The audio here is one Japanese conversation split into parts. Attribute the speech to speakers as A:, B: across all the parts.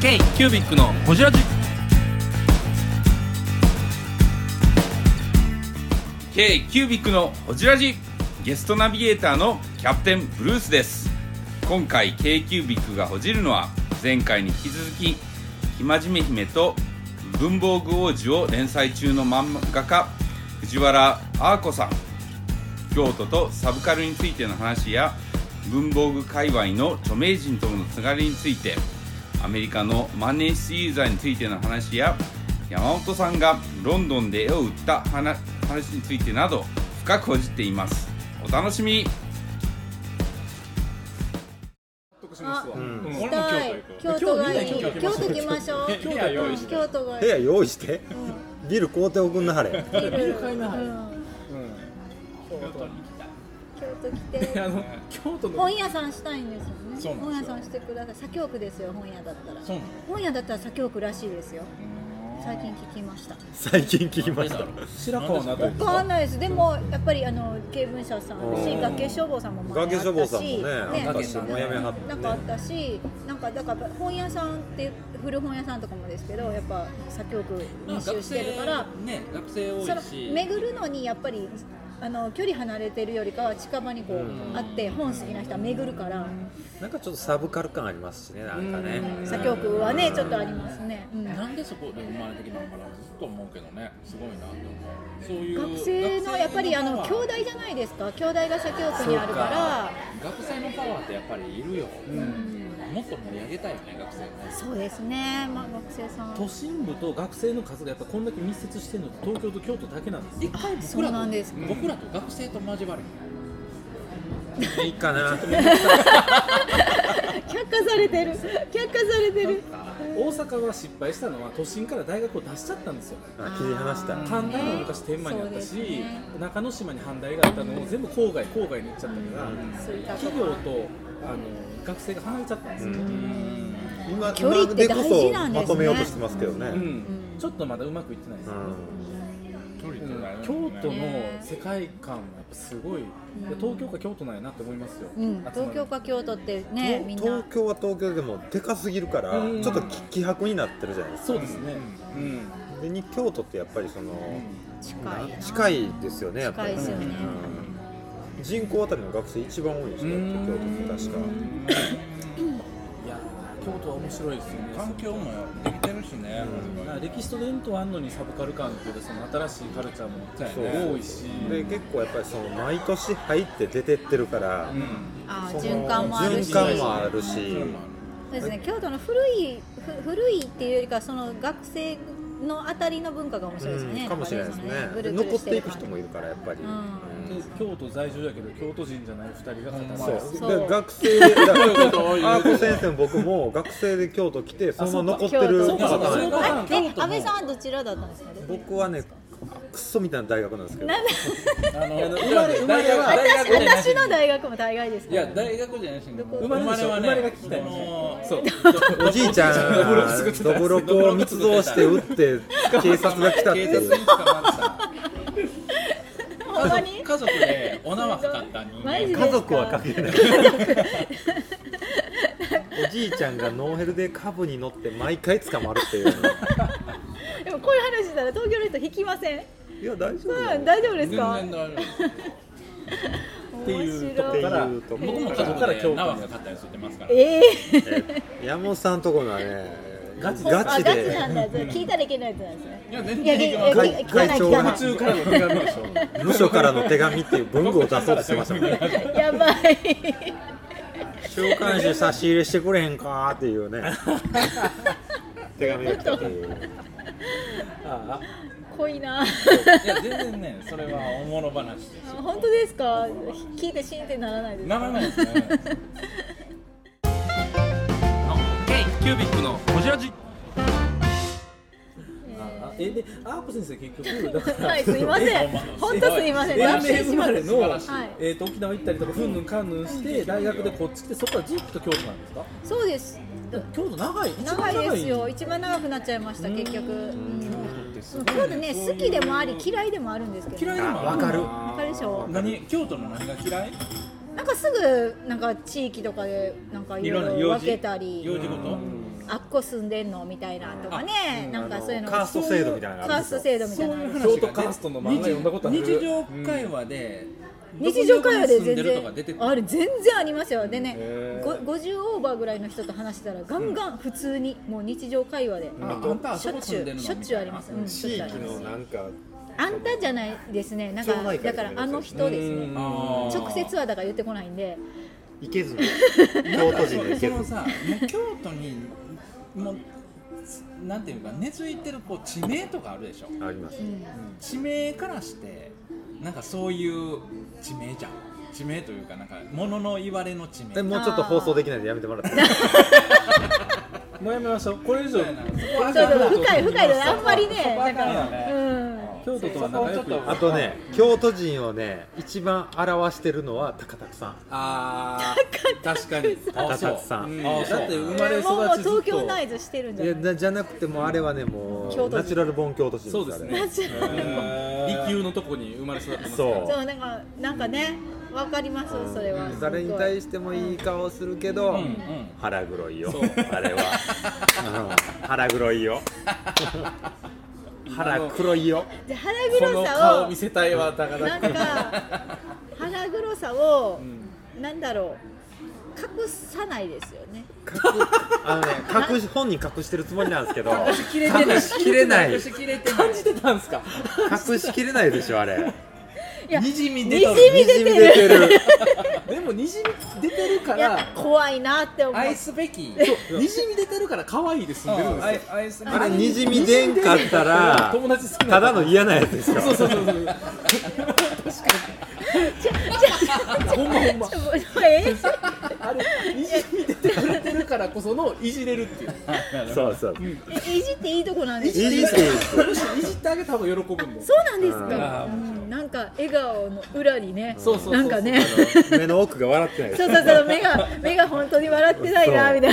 A: ケイキュービックのホジラジ
B: K キュービックのホジラジゲストナビゲーターのキャプテンブルースです今回 K キュービックがほじるのは前回に引き続き「生真面目姫」と「文房具王子」を連載中の漫画家藤原アー子さん京都とサブカルについての話や文房具界隈の著名人とのつながりについてアメリカの万年筆ユーザーについての話や山本さんがロンドンで絵を売った話話についてなど深くほじっていますお楽しみに
C: 行きたい京都がいい京都行きましょう京都がい
D: 部
C: い
D: 屋用意してビル買うておくんなはれ
C: ビル買いな京都来て
E: あの京都の
C: 本屋さんしたいんですよね本屋さんしてください左京区ですよ本屋だったら本屋だったら左京区らしいですよ最近聞きました
D: 最近聞きました
E: 白川など
C: わかんないですでもやっぱりあの経文社さんあるし学芸消防さんも前あった
D: 崖
C: し
D: 処方さんもねあったし
C: ね
D: もうやめはって
C: なんかあったし、なんかだから本屋さんって古本屋さんとかもですけど、やっぱ左京区密集してるから、
F: ね学生多
C: その
F: いし
C: 巡るのにやっぱりあの距離離れてるよりかは近場にこう、あって本好きな人は巡るから、
D: なんかちょっとサブカル感ありますしねなんかね
C: 左京区はねちょっとありますね。うん
F: なんでそこで生まれてきたのかなずっと思うけどねすごいなって思うそういう
C: 学生のやっぱりあの
F: 学
C: 兄弟じゃないですか兄弟が左京区にあるから
F: 生のパワーってやっぱりいるよ、もっと盛り上げたいよね学生ね
C: そうですね、まあ、学生さん
E: 都心部と学生の数がやっぱこんだけ密接してるのって東京と京都だけなんですよ
F: 一回
C: そうなんですか
F: 僕らと学生と交わる
D: いいかな
C: 却下されてる却下されてる
E: 大阪は失敗したのは都心から大学を出しちゃったんですよ
D: あ切り離した
E: 阪大も昔天満にあった
C: そう
E: し、
C: ですね
E: 中之島に阪大があったのを全部郊外郊外に行っちゃったから、企業とあの学生が離れちゃったんですよ、
D: 今
C: 距離って大事なんですね
D: 今でこそまとめようとしてますけど
E: うん
D: ね
E: ちょっとまだうまくいってないです、
D: うん
F: 距離
E: うん京都の世界観はやっぱすごい、で東京か京都なんやなって思いますよ、
C: うん、
E: 集ま
C: 東
E: り
C: 京か京都ってねみんな
D: 東京は東京でもでかすぎるから
E: うん
D: ちょっとき希薄になってるじゃないですか
E: そうですね、うん
D: でに京都ってやっぱりその
C: 近
D: ない
C: な
D: 近いですよねやっぱり
C: 近いですよね
D: うん人口あたりの学生一番多いでしょだって京都って確か
E: いやー京都は面白いですよね
F: 環境もできてるしね、
E: なんか歴史と伝統あんのにサブカル感っていうかその新しいカルチャーも多いし
D: で結構やっぱりその毎年入って出てってるから、
C: あー
D: その
C: 循環もあるし
D: 循環もあるし、
C: そうですね京都の古いふ古いっていうよりかその学生のあたりの文化が面白いですね、
D: うんかもしれないですね
C: やっぱり
D: で
C: その
D: 残っていく人もいるからやっぱり、
C: ん
E: で京都在住やけど京都人じゃない2人が語
D: そう
E: る
C: そう
D: で学生でだからアーコ先生も僕も学生で京都来てそのまま残ってる
C: そうか
D: パタ
E: そう
D: ー
E: いう
D: ン
E: パターン
C: あえ安倍さんはどちらだったんですかね
D: 僕はねクソみたいな大学なんですけど
F: あの
E: 生まれ生まれは
F: 大学じゃない
C: 私の大学も大概です
F: いや大学じゃないし
C: こ
E: 生まれでしょ
F: は
E: 生
F: ね
E: まれが聞きたいんですねそう
D: おじいちゃんどぶろくを密造して撃って警察が来たって
F: 警
D: い
F: 察
D: う
F: に捕まった
C: ほんまに
F: 家族でお縄測った人
C: マジです
D: 家族はかけないおじいちゃんがノーヘルで株に乗って毎回捕まるっていう
C: でもこういう話したら東京の人引きません、
D: いや大丈夫
C: う
D: よ
C: ん、大丈夫です
F: 全然
C: か
F: 大丈夫
E: ってい
D: って
E: うとこか
D: いうとこ
F: 僕も家族で縄測ったりしてますから
C: ええ
D: 山本さんとこのはねガチ
C: あ
D: ガ
C: ガ
D: チ
C: チ
D: で
C: なんだ聞いたらいけないやつなんですね
F: いや全
C: いやいや
F: 然
C: い
F: いけます
C: や聞かない
D: 会長
C: 聞かない
D: が
E: 途中からの手紙でしょ
D: 部署からの手紙っていう文具を出そうとしてましたもんね
C: やばい
D: 週刊誌差し入れしてくれへんかーっていうね 手紙が来たという
E: あ
C: 濃い ない
F: や全然ねそれはおもろ話です
C: あ本当ですか聞いてシーンってならないです
F: ならないです
A: ケ
F: ね
A: イキュービックのホジラジ
E: あああえでアーコ先生結局だ から
C: はい、すいません。本当すいません。
E: 英
C: 脱
E: 明
C: 線
E: 生
C: しま
E: ま
C: し
E: れの、
C: はい
E: えー、と沖縄行ったりとかふんぬんかんぬんして大学でこっち来てそこからずっと京都なんですか
C: たそうです。
E: 京都長い一番
C: 長いですよ。一番長くなっちゃいました。結局。うん京都ね、好きでもあり、嫌いでもあるんですけど。
F: 嫌いでもあ
D: わ
F: る
D: かる
C: わかるでしょ
F: 何京都の何が嫌い
C: なんかすぐ、なんか地域とかで、なんかいろいろ分けたり。
F: 用事ごと
C: あっこ住んでんのみたいなとかね、なんかそういうの
D: カースト制度みたいなのあ
C: カ
D: る
C: ー
D: んで
C: ス
D: す
C: ト
D: よ
C: 制度みたいなのあるんですよ
E: 京都カーストの漫画読んだことある
F: 日常会話で
C: 日常会話で全
F: どこに住んるとか出て
C: 然
F: くる
C: あれ全然ありますよでね
E: へ
C: ご50オーバーぐらいの人と話してたらガンガン普通にもう日常会話で
F: ああんたあ
C: し
F: そ
C: ょ
F: こ
C: っちゅ
F: 住んでる
C: う
F: の
C: しょっちゅうあります
F: みたいな
C: うんしょっ
D: 地
C: ちゅうあり
D: 域
C: ます
D: のなんか
C: あんたじゃないですねなんか
D: 町内会です
C: だ
D: ね
C: からあの人ですね
E: うん
F: あー
C: 直接はだから言ってこないんで
D: 行けずに 京都人で行
F: そ
D: け
F: の
D: ず
F: さもう京都にもうなんていうか根付いてるこう地名とかあるでしょ
D: あります
C: うん
F: 地名からしてなんかそういう地名じゃん地名というかなんかものの言われの地名
D: えもうちょっと放送できないんでやめてもらっていいですか
E: もうやめましょうこれ以上
F: そうやな
C: ちょっと深い深いのあんまりねだか
F: あ
C: ら
F: かんよね
C: うん
E: 京都とは仲良く
D: あとね京都人をね一番表してるのは高田さん
F: あー確かに
D: 高田さん
E: あ
F: あ
E: だって
F: そう
E: 生まれ育ちず
C: も
E: っ
C: う
E: と
C: もう東京ナイズしてるんじ
D: い
C: ゃ
D: や
C: ない
D: なじゃなくてもうあれはねも
C: 京都
D: う
C: 人
D: ナチュラルボーン京都人
E: そうですね
D: あ
C: ナチュラル
E: 利休のとこに生まれ育ってま
D: れ
E: す
D: そう
C: そうなんかなんかねわかりますそれは
D: 誰に対
C: て
D: してもいい顔するけど、
F: んうん
D: 腹黒いよあれは、うん腹黒いよ腹黒いよ
C: で腹
E: こ
C: 黒
E: の
C: さ
E: 顔
C: を
E: 見せたいわ高
C: な
E: 田
C: ん
E: 君
C: か腹黒さを、なんだろう隠さないですよね
D: あのね隠し本人隠してるつもりなんですけど
F: 隠しきれてない
D: 隠しきれない
F: 隠しきれてない
E: してたんですか
D: 隠しきれないでしょあれ
C: いや
F: にじみ
C: に
F: 出
C: じ
F: と
C: み
F: る
C: 出
D: にじみ出
C: てる
D: てる
E: でもにじみ出てるか
C: いや
E: ら
C: 怖いなって思う
F: 愛すべき
E: そうにじみ出てるから可愛いで
F: う
E: 住んでるん
F: ん
E: ですよ
F: 愛愛すべき
D: あれにじみ出んかったら
E: 友達少ない
D: ただの嫌なやつですよ
E: そうそうそうそうほんまほんま
C: ちょもうええ
E: あれにじみ出てくれてるからこそのいじれるっていう
D: そうそう
C: えいじっていいとこなんです
D: い
C: よ
D: じ
C: ね
D: っていい
E: むしろいじってあげた方が喜ぶんで
C: そうなんですか
E: あー
C: うんなんか笑顔の裏にね
E: そうそうそう
C: なんかね
D: 目の奥が笑ってないです
C: そうそうそう目が目が本当に笑ってないな
D: そ
C: み
D: う
C: たい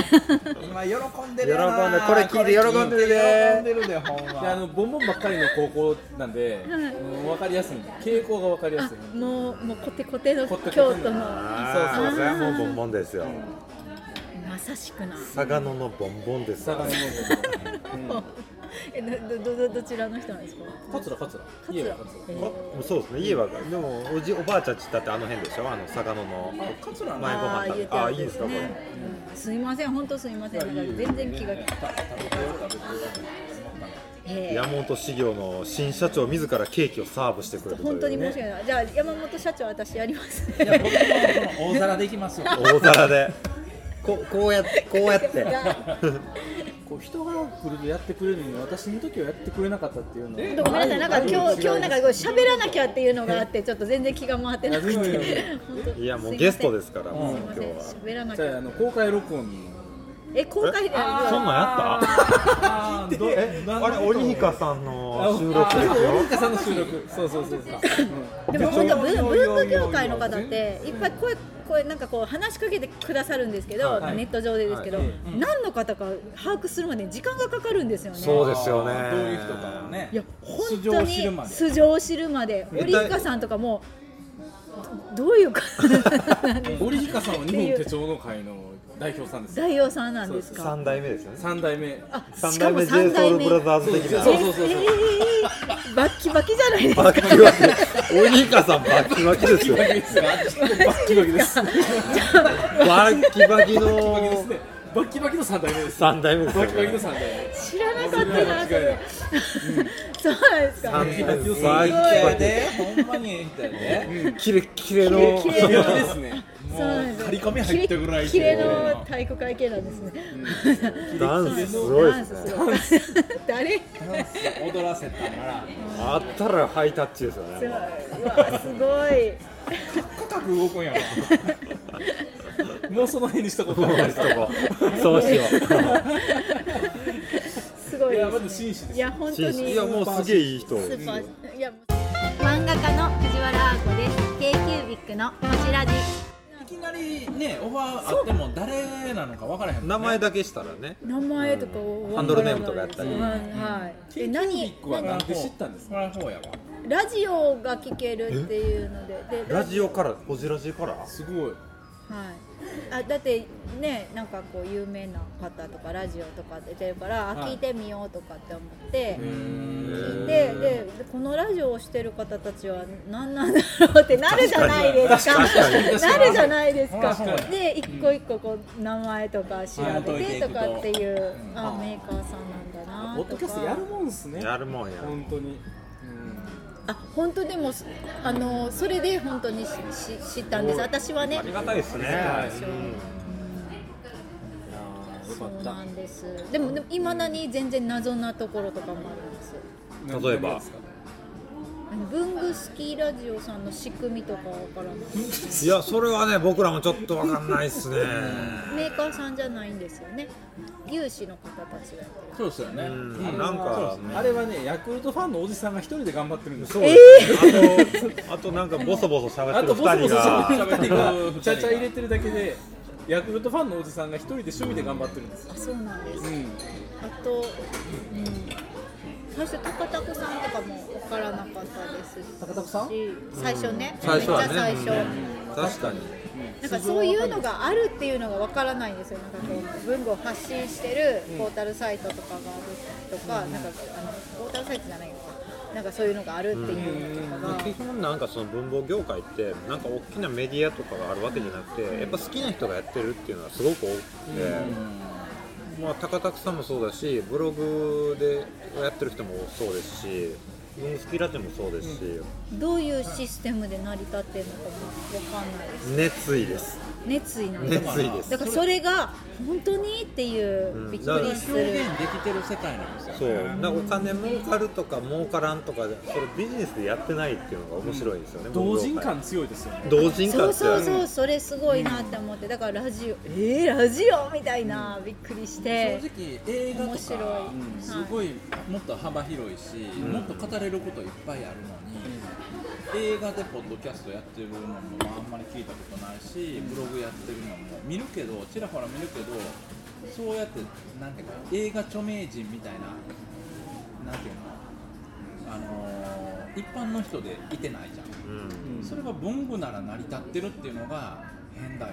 F: 今
C: な
F: 喜んでるよな
D: 喜んでこれ聞いて喜んでるで
F: 喜んでるでほん
E: であ
F: ま
E: のボンボンばっかりの高校なんで、
C: はい
E: うん、分かりやすい傾向が分かりやすい
C: あもうもうコテコテの
E: コテコテ
C: 京都の
D: あー
C: そうそう
D: それはもうボンボンですよ
C: まさしくな
D: 佐賀野のボンボンですよ
E: 魚の
C: えどどどどちらの人なんですか
E: 桂桂家は桂
C: えー
D: そうですね家はでもおじおばあちゃんちだってあの辺でしょあの坂野の前ご
F: 桂の
D: 飯食べああいいですかこれ、
C: すいません、本当すいません、なんか全然気が利かない。え
D: 山本修行の新社長自らケーキをサーブしてくれ
C: え
D: るとい
C: 本当に申
D: う
C: し訳
D: ね
C: ない。じゃあ山本社長私やります。
F: いや僕もこの大皿でいき ますよ
D: 大皿でここうやってこうやって
C: じゃ
E: こう人が来るとやってくれるのに私の時はやってくれなかったっていうの
C: あ ごめんなさい、なんか今日今日なんかこう喋らなきゃっていうのがあってちょっと全然気が回ってなくて
E: いやいやいやいや。
C: 本当
D: いやもうゲストですすから
C: い
D: もう
C: ま
D: 今
C: せ
D: 日
C: ん。すい
D: は
C: ません、喋らなき
E: じゃああ
C: ゃ。
E: の公開録音
C: え公開で。
D: そんなんやった
F: あーど
D: えあれ鬼ひかさんの収録ですよ
E: 大塚さんの収録そうそうそうそう
C: でも本当ブーブーム業界の方っていっぱい声声なんかこう話しかけてくださるんですけど、
E: はい
C: ネット上でですけど、
E: はい
C: 何の方か把握するまでに時間がかかるんですよね。
D: そうですよね
F: どういう人かね
C: いや本
F: 素性
C: 当
F: を
C: に
F: 知るまで
C: 素性を知るまで
D: え
C: 織リさんとかもうどどういうか
E: 折彦さんは日本手帳の会の代表さんですよ
C: 代表さんなんですか。
D: 三代目ですよね
E: 三代目
C: あ
D: 三
C: しか
D: 代
C: も
D: 目 j
C: 三
D: s o
C: 代
D: u
C: 目。
D: l b r o t h e r s 的な
E: そうそうそうそう
C: えーバッキバキじゃないですか。
D: バッキバキ鬼ひかさんバッキバキですよ
E: バッキバキです
D: バッキバキ
E: バッキバキです
D: の
E: ねバッキバキの三代目です
D: 三代目です
E: バ
D: よ
E: ッキバキの
D: ね
E: 三代目
C: 知らなかったなそれ。 そうなんですか。
D: 三代目
E: バッキ
F: す
E: バ
F: ごい
D: バッキバ
F: よ
D: キ
F: ねほんまにええ人やね
D: キレッキレの
C: キレキレの
E: ですね
C: そうなんですよ。
F: 張り込み入ったぐらい
C: キレキレの体育会系なんですね。
D: ダンスすごいですね
C: ダンスすごい誰？
F: 踊らせたから
D: あったらハイタッチですよね
C: そううわすごい。
F: 深く動くんやろ
E: もうその辺にしたこ
D: も
E: と
D: う一言そうしよ
C: すごい
E: い
C: で
E: や
C: す
E: ま
C: ね
E: ず紳士です
C: いや本当
D: う
C: に
D: いやもうすげえいい人
C: スーパーいやもう漫画家の藤原あ子です k キュービックのこちらじ
F: いきなりねオファーあっても誰なのか分からへんもんね
D: 名前だけしたらね
C: 名前とかを
D: ハンドルネームとかやったり
C: うんはいえ何
E: 僕は
C: な
E: なんん
C: か
E: で知ったんですか
F: これは方やわ
C: ラジオが聞けるっていうのでで
D: ラジオからホジラジから
E: すごい
C: はい、あだってねなんかこう有名な方とかラジオとか出てるから、あ
E: はい
C: 聞いてみようとかって思って聞いて
D: へー
C: ででこのラジオをしてる方たちは何なんだろうってなるじゃないですかなるじゃないですか
F: 確かに
C: で一個一個こう名前とか調べてとかっていう、
F: うん
C: あメーカーさんなんだな
E: ポッ
C: と
E: ドキャストや
C: か
E: るもんですね
D: やるもんや
E: 本当に
C: あ本当でもあのそれで本当にしし知ったんです私はね
D: ありがたいですね、
E: よ
C: そ
E: か
C: うな
E: った
C: んですでもいまだに全然謎なところとかもあるんです
D: うん例えば
C: あの文具スキーラジオさんの仕組みとかわからない
D: いやそれはね僕らもちょっとわかんないですね
C: メーカーさんじゃないんですよね有志の方たちがやって
F: そうですよね、
D: うんなんかね
E: あれはねヤクルトファンのおじさんが一人で頑張ってるんです
D: そう
E: よ
D: ですね、あとあ となんかボソボソ喋
E: あ
D: ってる
E: とボソ
D: 二
E: ボ
D: 人
E: ソ
D: が
E: 喋ってくちゃちゃ入れてるだけでヤクルトファンのおじさんが一人で趣味で頑張ってるんですよ
C: るあそうなんです、
E: うん
C: あと、うん、最初高田子さんとかもわからなかったですし
E: 高田子さん
C: 最初ね、
D: 最初は
C: め
D: ね
C: っちゃ最初、
D: 確かに
C: なんかそういうのがあるっていうのがわからないんですよ、なんかこう文具を発信してるポータルサイトとかがあるとか、なんかあのポータルサイトじゃないのか、なんかそういうのがあるっていうのとかが、
D: 基本なんかその文房業界ってなんか大きなメディアとかがあるわけじゃなくてやっぱ好きな人がやってるっていうのはすごく多くて、まあ、高田さんもそうだしブログでやってる人もそうですし文具好きラテもそうですし、
C: どういうシステムで成り立ってるのかもわかんないです、
D: 熱意です
C: 熱意なんです。
D: 熱意です
C: だからそれが本当にっていうびっくりする、
F: 表現できてる世界なんですよ
D: そうだからお金儲かるとか儲からんとかでそれビジネスでやってないっていうのが面白いですよね、
E: 同
D: 文
E: 人
D: 具業界
E: 感強いですよね
D: 同人
C: そ
D: 感
C: う
D: って
C: そうそうそれすごいなって思ってだからラジオえー、ラジオみたいなびっくりして
F: 正直映画と
C: 面白い
F: か、
C: うん
F: すごいもっと幅広いし、もっと語れることいっぱいあるのに、映画でポッドキャストやってるのもあんまり聞いたことないし、ブログやってるのも見るけどちらほら見るけどそうやってなんていうか映画著名人みたいななんていうのあのー一般の人でいてないじゃん
D: うん
F: それが文具なら成り立ってるっていうのが変だよ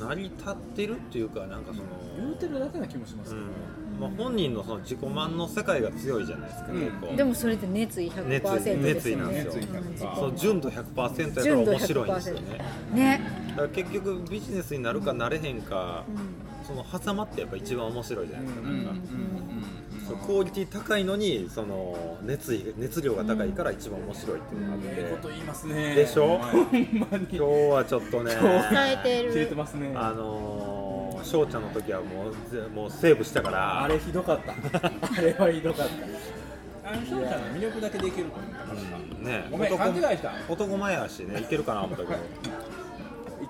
F: なって
D: 成り立ってるっていうかなんかその、
E: 言うてるだけな気もします
D: う
E: けどね
D: んまあ、本人のその自己満の世界が強いじゃないですか、
E: うん
D: 結構
C: でもそれって熱意100%
D: 熱意
C: です
D: 熱意
C: よ
D: なん
C: ね
D: です
C: う
D: よ
C: ん自己満
D: その純度100%やから面白いんですよね
C: ね、
D: だから結局ビジネスになるかなれへんか
C: う、ん
D: その狭間ってやっぱ一番面白いじゃないですか、
F: うんうん
D: なんか
F: うん
D: そうクオリティ高いのにその熱意熱量が高いから一番面白いっていうのがあって、
E: ええこと言いますね
D: でしょ
E: ほんまに
D: 今日はちょっとね
C: 伝えて
E: 切れて
C: る
E: ますね
D: あのー翔ちゃんの時はもうぜもうセーブしたから
E: あれひどかったあれはひどかった
F: あの翔ちゃんの魅力だけでいけると思ったからさ
D: ね
F: ごめん
D: 男
F: 勘違いした
D: 男前やしねいけるかな思ったけど
E: い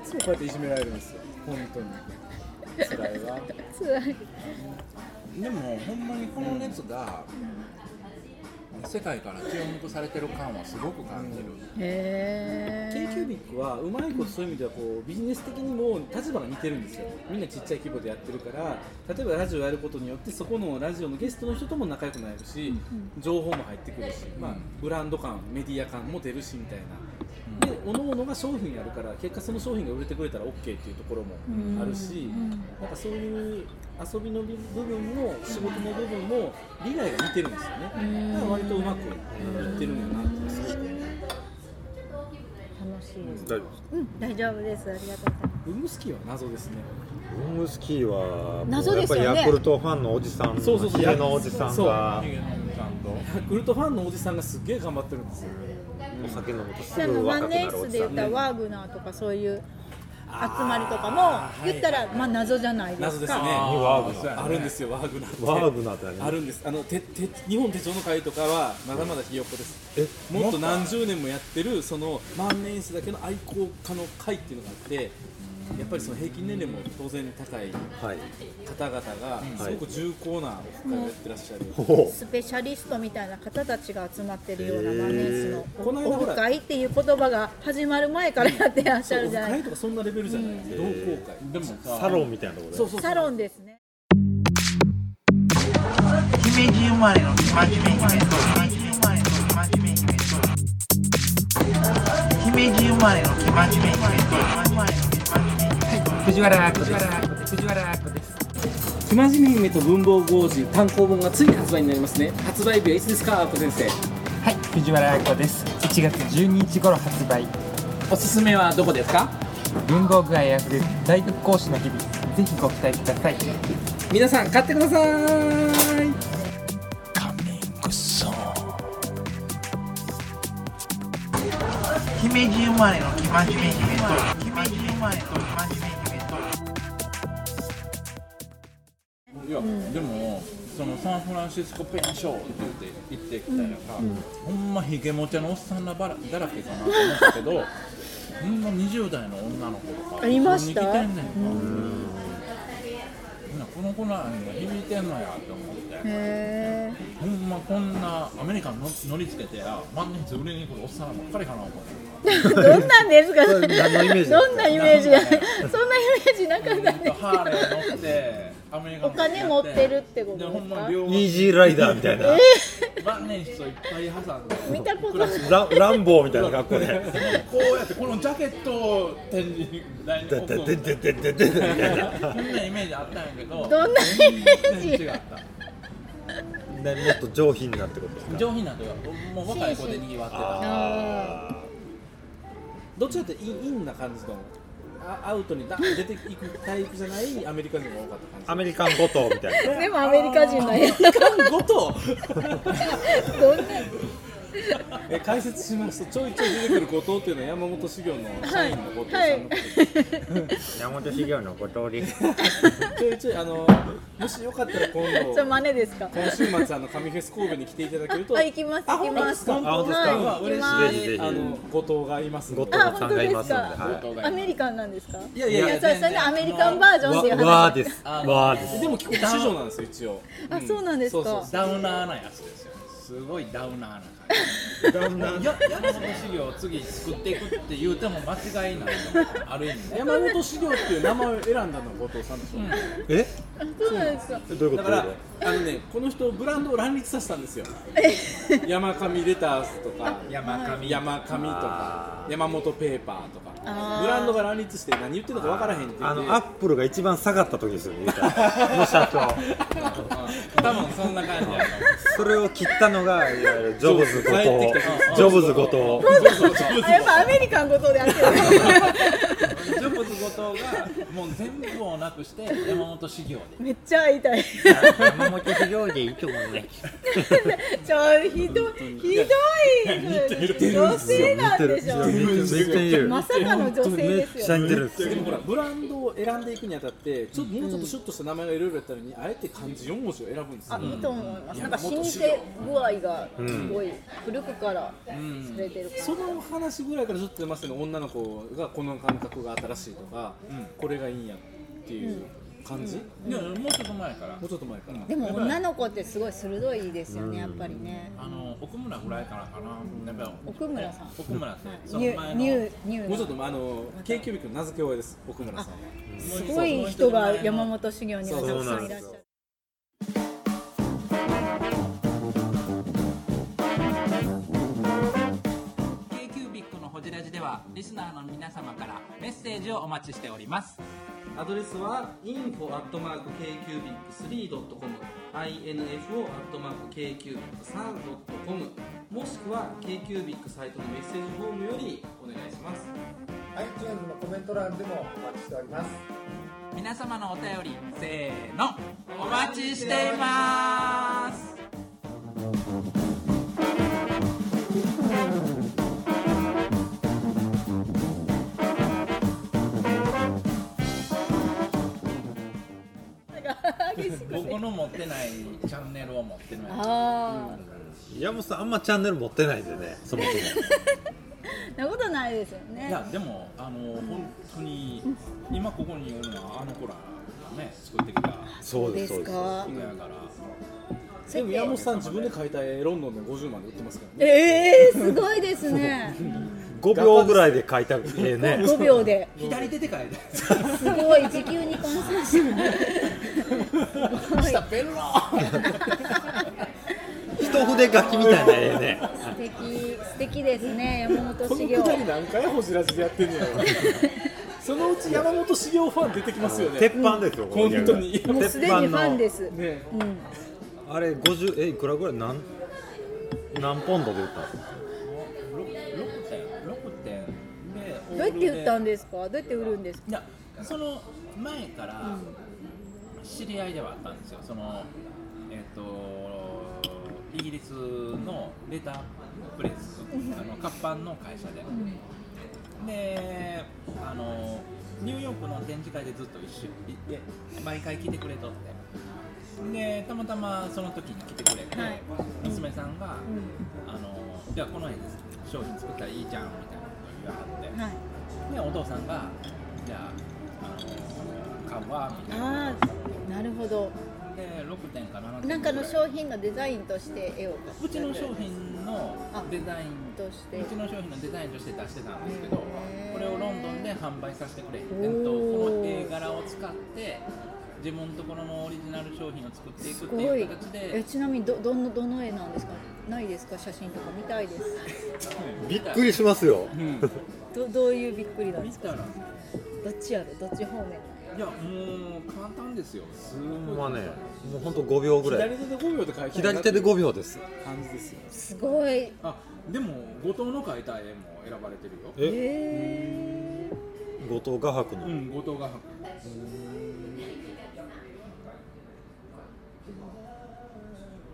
E: つもこうやっていじめられるんですよ本当に辛いわ
C: 辛い
F: でもほんまにこの熱が、世界から注目されてる感はすごく感じる、
C: へ
E: k キュービックはうまいことそういう意味ではこうビジネス的にも立場が似てるんですよみんなちっちゃい規模でやってるから例えばラジオやることによってそこのラジオのゲストの人とも仲良くなれるし、情報も入ってくるし、まあ、ブランド感メディア感も出るしみたいなで各々が商品やるから結果その商品が売れてくれたら OK っていうところもあるし、なんかそういう遊びの部分も仕事の部分も利害が似てるんですよね、だから割とうまくいってるんやなってすごく思う
C: 楽しいです
D: 大丈夫ですか
C: うん大丈夫ですありがとうございま
E: ブームスキーは謎ですね
D: ロングスキーは
C: 謎ですよね
D: やっぱりヤクルトファンのおじさん
E: そうそうそう
D: ヒゲのおじさんが
F: ヒゲのちゃんと
E: ヤクルトファンのおじさんがすっげえ頑張ってるんですよ
D: お酒飲むとす
C: すあ
D: ぐ
C: のマ
D: 若く
C: ン
D: な
C: ネー
D: るお
C: スで
D: じさ
C: 言っ
D: ん
C: た
D: ね
C: らワーグナーとかそういう集まりとかも言ったらまあ謎じゃないですか
E: 謎ですね
D: にワーグナ
E: あるんですよワーグナーって
D: ワーグナーって何
E: あるんですあのてて日本手帳の会とかはまだまだひよっこです
D: え
E: もっと何十年もやってるその万年筆だけの愛好家の会っていうのがあってやっぱりその平均年齢も当然高い
D: はい
E: 方々がすごく重厚なオフ会をやってらっしゃる、
D: ほう
C: スペシャリストみたいな方たちが集まってるようなマンネースの
E: この間
C: オ
E: ほら
C: フ会っていう言葉が始まる前からやってらっしゃ
E: そう
C: る
E: オ
C: じゃ
E: フ
C: ない
E: 会とかそんなレベルじゃないです、
D: うん
E: 同好会
F: でもさ
D: サロンみたいなところで
E: そうそうそう
C: サロンですね
G: 姫路生まれの生真面目姫と姫路生まれの生真面目姫と姫路生まれの生真面目姫と生まれの生真面目姫と
A: 藤原藤原藤原です
E: 熊地姫と文房具王子単行本がついに発売になりますね発売日はいつですかアーコ先生
A: はい藤原あ子です1月12日頃発売
E: おすすめはどこですか
A: 文房具愛あふれる大学講師の日々ぜひご期待ください
E: 皆さん買ってください
G: 姫路生まれの生真面目姫と生真面目生まれの生真面目姫と
F: いや、でもそのサンフランシスコペンショーって言って行ってきたらさ、ほんまひげもちゃのおっさんらばらだらけかなと思ったけどほんま20代の女の子とか
C: あいました
F: 普通に来てんねんか、ほなこの子らには響いてんのやと思って、
C: へ
F: ほんまこんなアメリカンの乗りつけてや万年筆売りに来るおっさんらばっかりかな思って
C: え どんなんですか
D: それ何のイメージ
C: どんなイメージがそ
F: なんん
C: な
F: か
C: イメージなかったんです
F: ハーレ
C: け
F: ー乗ってアメリカン
C: お金持ってるってことですか
F: ほんま両
D: イージーライダーみたいな、
F: 万年筆をいっぱい挟んで
C: ど見たことない
D: ラランボーみたいな格好で
F: こうやってこのジャケットを展示台に
D: で
F: 置く
D: で
F: の
D: でででででみたいな
F: そんなイメージあったんやけど
C: どんなイメージ
F: 全然違った
D: ねもっと上品なってことですか
F: 上品なというかもう若い子でにぎわってた
D: あ
E: どっちかってインインな感じのあアウトにダーン出ていくタイプじゃないアメリカ人が多かった
D: ーア
E: 感じ
D: メリカンごとみたいな
C: でもアメリカ人の絵
E: あ ー缶ごと
C: どんな
E: え解説しますとちょいちょい出てくる後藤っていうのは山本修行の社員の後藤さんのことです、
D: 山本修行のごとり
E: ちょいちょいあのもしよかった ら今
C: それ
E: 度
C: 真似ですか
E: 今週末あの神フェス神戸に来ていただけると
C: あ行きます
E: あ
C: 行きます
E: 本
D: 当ですか
C: はい行きま
D: 嬉しい
C: す
D: です
E: あの後藤がいます
D: ご
E: の
D: と
E: で
D: さんがいますの
C: あ
D: で、
C: 本
D: はい
C: アメリカンなんですか
F: いやいやい
C: いや
F: や
C: それそれでアメリカンバージョンっていう
D: い、
C: 話
D: わわーです
F: あの
D: わーです
E: でも結構師匠なんですよ一応
C: あそうなんです
E: そう
C: か
E: そ
F: ダウナーなやつですよすごいダウナーな感じややるその資料を次作っていくって言うても間違いないのある意味ね
E: 山本修行っていう名前を選んだのは後藤さんでしょ、
D: え
C: あそうなんですか
D: どういう
E: だ
D: こ
E: か
D: と
E: らあのねこの人ブランドを乱立させたんですよ山上レタースとか
F: 山上
E: 山上とか山本ペーパーとか
C: あー
E: ブランドが乱立して何言ってるのか分からへんって言って
D: あのアップルが一番下がった時ですよね言うた らの社長
F: 多分そんな感じや
D: それを切ったのがいわゆるジョブズ後藤
E: 帰ってきた
D: ジョブズ後藤
C: あやっぱアメリカンごとであってる
F: とジョブズ後藤がもう全部をなくして山本修行で
C: めっちゃ会いたい
D: 山本修行でいいと思うね
C: ちょひどいひどい女性なんでしょ
D: めっちゃ似てる
C: まさかの女性
D: め
C: で
D: っ
C: す
D: ちゃ
C: よ
D: 似てるんですよ
E: でもほらブランドを選んでいくにあたってちょっともうちょっとシュッとした名前がいろいろやったのにあえて漢字4文字を選ぶんです
C: あ
E: よ、
C: いいと思いますなんか老舗具合がすごい古くから連れてる
E: その話ぐらいからちょっと出ましたね女の子がこの感覚が新しいとか、これがいいんやっていう感じ、
F: いやもうちょっと前から
E: もうちょっと前から、
C: でも女の子ってすごい鋭いですよねやっぱりね
F: あの奥村ぐらいからかな、やっぱり
C: 奥村さん
F: 奥村って、そ
C: ニ
F: の
C: ュ
F: 前
C: ー
F: の
C: ニューニュー
E: もうちょっとあの k q b の名付け親です奥村さんは
C: すごい人が山本修行にはたくさんいらっしゃる。
H: K-Cubic のホジラジではリスナーの皆様からメッセージをお待ちしております
I: アドレスは info.kcubic3.com info.kcubic3.com もしくは KQBIC サイトのメッセージフォームよりお願いします
J: iTunes のコメント欄でもお待ちしております
H: 皆様のお便りせーのお待ちしています
C: 激しくて
F: 僕の持ってないチャンネルを持ってない
C: あ
D: 山本さんあんまチャンネル持ってないんでねそもそも
C: あ、なことないですよ
F: い
C: ね。
F: やでもあの、本当に今ここにいるのはあの子らがね作ってきた
D: そうですそう
C: です
D: です
C: か。
F: 人やから、
C: そ
E: で
C: れっ
E: も
C: て
E: 山本さん自分で買いた絵ロンドンで50万で売ってますからね
C: ええすごいですね。
D: 5秒ぐらいで書いたええ ね
C: 5秒で。
F: 左手で書いて
C: すごい時給に換算 して。す
F: 下ペロ
D: 一筆書きみたいなええね
C: ごい素敵素敵ですね山
E: こ
C: 本
E: の
C: 修
E: く
C: 行。
E: だり何回ほじらずでやってんねやろそのうち山本修行ファン出てきますよね
D: 鉄板ですよこのギャ
E: 本
D: グ
E: 当に
C: もうすでにファンです、
E: ね
C: うん、
D: あれ50えいくらぐらい何何ポンドで売ったんですか
F: 六点六点で
C: どうやって売ったん
F: で
C: ですかどうやって売るんですか
F: いやその前から知り合いではあったんですよそのえっ、とイギリスのレタープレスあの活版の会社で、であのニューヨークの展示会でずっと一緒いい毎回来てくれとってでたまたまその時に来てくれて、
C: はい
F: 娘さんが、あのじゃあこの絵です商品作ったらいいじゃんみたいなこと言わはって、
C: はい
F: でお父さんがじゃああの買うわみたいな
C: ああなるほど
F: で6点か7点
C: なんかの商品のデザインとして絵を描く
F: うちの商品のデザイン
C: として
F: うちの商品のデザインとして出してたんですけど
C: へー
F: これをロンドンで販売させてくれへん
C: おー
F: えっとこの絵柄を使って自分のところのオリジナル商品を作っていく
C: す
F: って
C: ご
F: い
C: いう
F: 形
C: え
F: で
C: ちなみにどどのどの絵なんですかないですか写真とか見たいです
D: びっくりしますよ
C: どどういうびっくりなんで
F: 見
C: す
F: た
C: からどっちやろどっち方面
F: いやもう簡単ですよす
D: ほんまねもうほんと5秒ぐらい
E: 左手で5秒で書いて
D: 左手で5秒です
E: 感じですよ
C: すごい
F: あでも後藤の描いた絵も選ばれてるよ
D: え
C: え
D: 後藤画伯の、
F: うん後藤が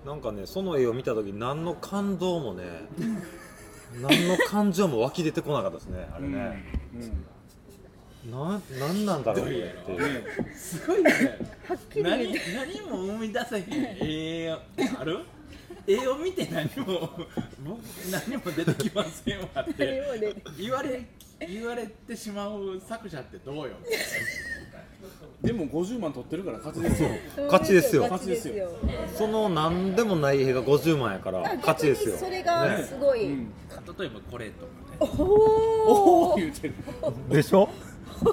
D: なんかねその絵を見た時何の感動も ね何の感情も湧き出てこなかったですねあれね、なん、なんなんだろうこれっていう
F: すごいね
C: ー、はっきり言
F: 何
C: って
F: 何も生み出せへん絵ある絵を見て何も僕何も出てきませんわっ
C: 何
F: て
C: も出て
F: 言われ言われてしまう作者ってどうよ
E: でも50万取ってるから勝ちですよ
D: 勝ちですよ
C: 勝ちですよ
D: その何でもない絵が50万やから
C: あ
D: 勝ちですよ
C: 逆にそれがすごい、
F: 例えばこれと かね
C: おお
E: おお言うてる
D: でしょあの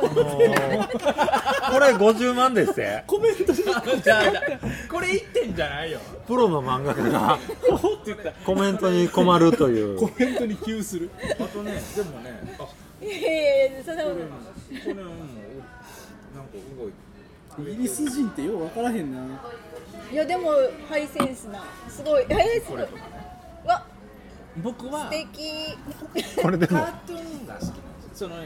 D: ーこれ50万ですね
E: コメントじゃ
F: じゃあじゃあこれ1点じゃないよ
D: プロの漫画家が
E: おおって言った
D: コメントに困るという
E: コメントに急する
F: あとねでもねあこ
C: いやいやいやそんなことない
F: れもうなんか動いて
E: イギリス人ってよう分からへんない
C: やでもハイセンスなすごいえー、すごいわ
F: 僕は
C: 素敵
D: これで
F: カ
D: も
F: ートゥーンが好きなんですよその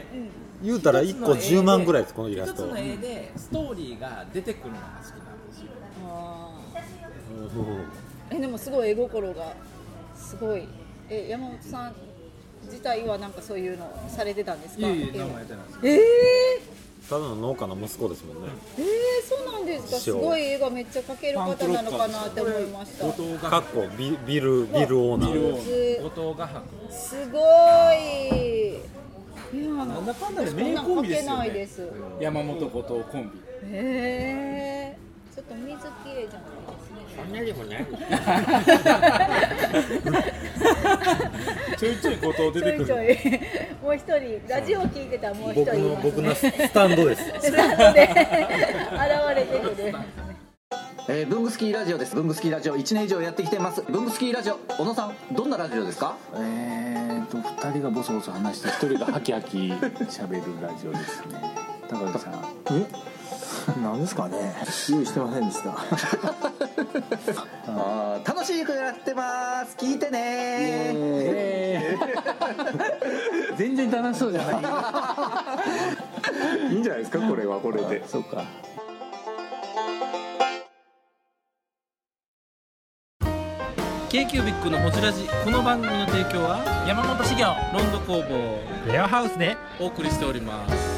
D: 言うたら1個10万ぐらいですこのイラ
F: 一
D: ス
F: つ
D: ト
F: の絵でストーリーが出てくるのが好きなんですよ
C: あー
D: うん
C: えでもすごい絵心がすごいえ山本さん自体はなんかそういうのされてたんですか
F: いえいえ何もやってないです
C: えー、
D: ただの農家の息子ですもんね
C: えー、そうなんですか
D: 師
C: す
D: 匠
C: ごい絵がめっちゃ描ける方なのかなって思いました
F: 後藤画
D: かっこビビルビルオーナー
F: 後藤画伯
C: すごいいやなん
E: だかんだで名コンビです
C: こん
E: よね
C: なん描けないです
E: 山本後藤コンビ
C: へえちょっと水きれいじゃないですね。
E: ちょいちょい後藤
C: ち
E: 出
C: ょ
E: てく
C: い
E: る
C: ちょい、もう一人、ラジオ聞いてたらもう一
D: 僕
C: 人い
D: の
C: ます、ね。
D: 僕のスタンドです
C: ス タンドで現れてくる。
I: えー、ブングスキーラジオですブングスキーラジオ1年以上やってきてますブングスキーラジオ小野さんどんなラジオですか
H: えーと2人がボソボソ話して1人がハキハキ喋るラジオですね高橋さんえなんですかね用意してませんでした
I: あー楽しい曲やってます聞いてね
H: 全然楽しそうじゃないいいんじゃないですかこれはこれでそうか
E: 京急ビックのホジラジこの番組の提供は山本資源ロンド工房
A: レアハウスで
E: お送りしております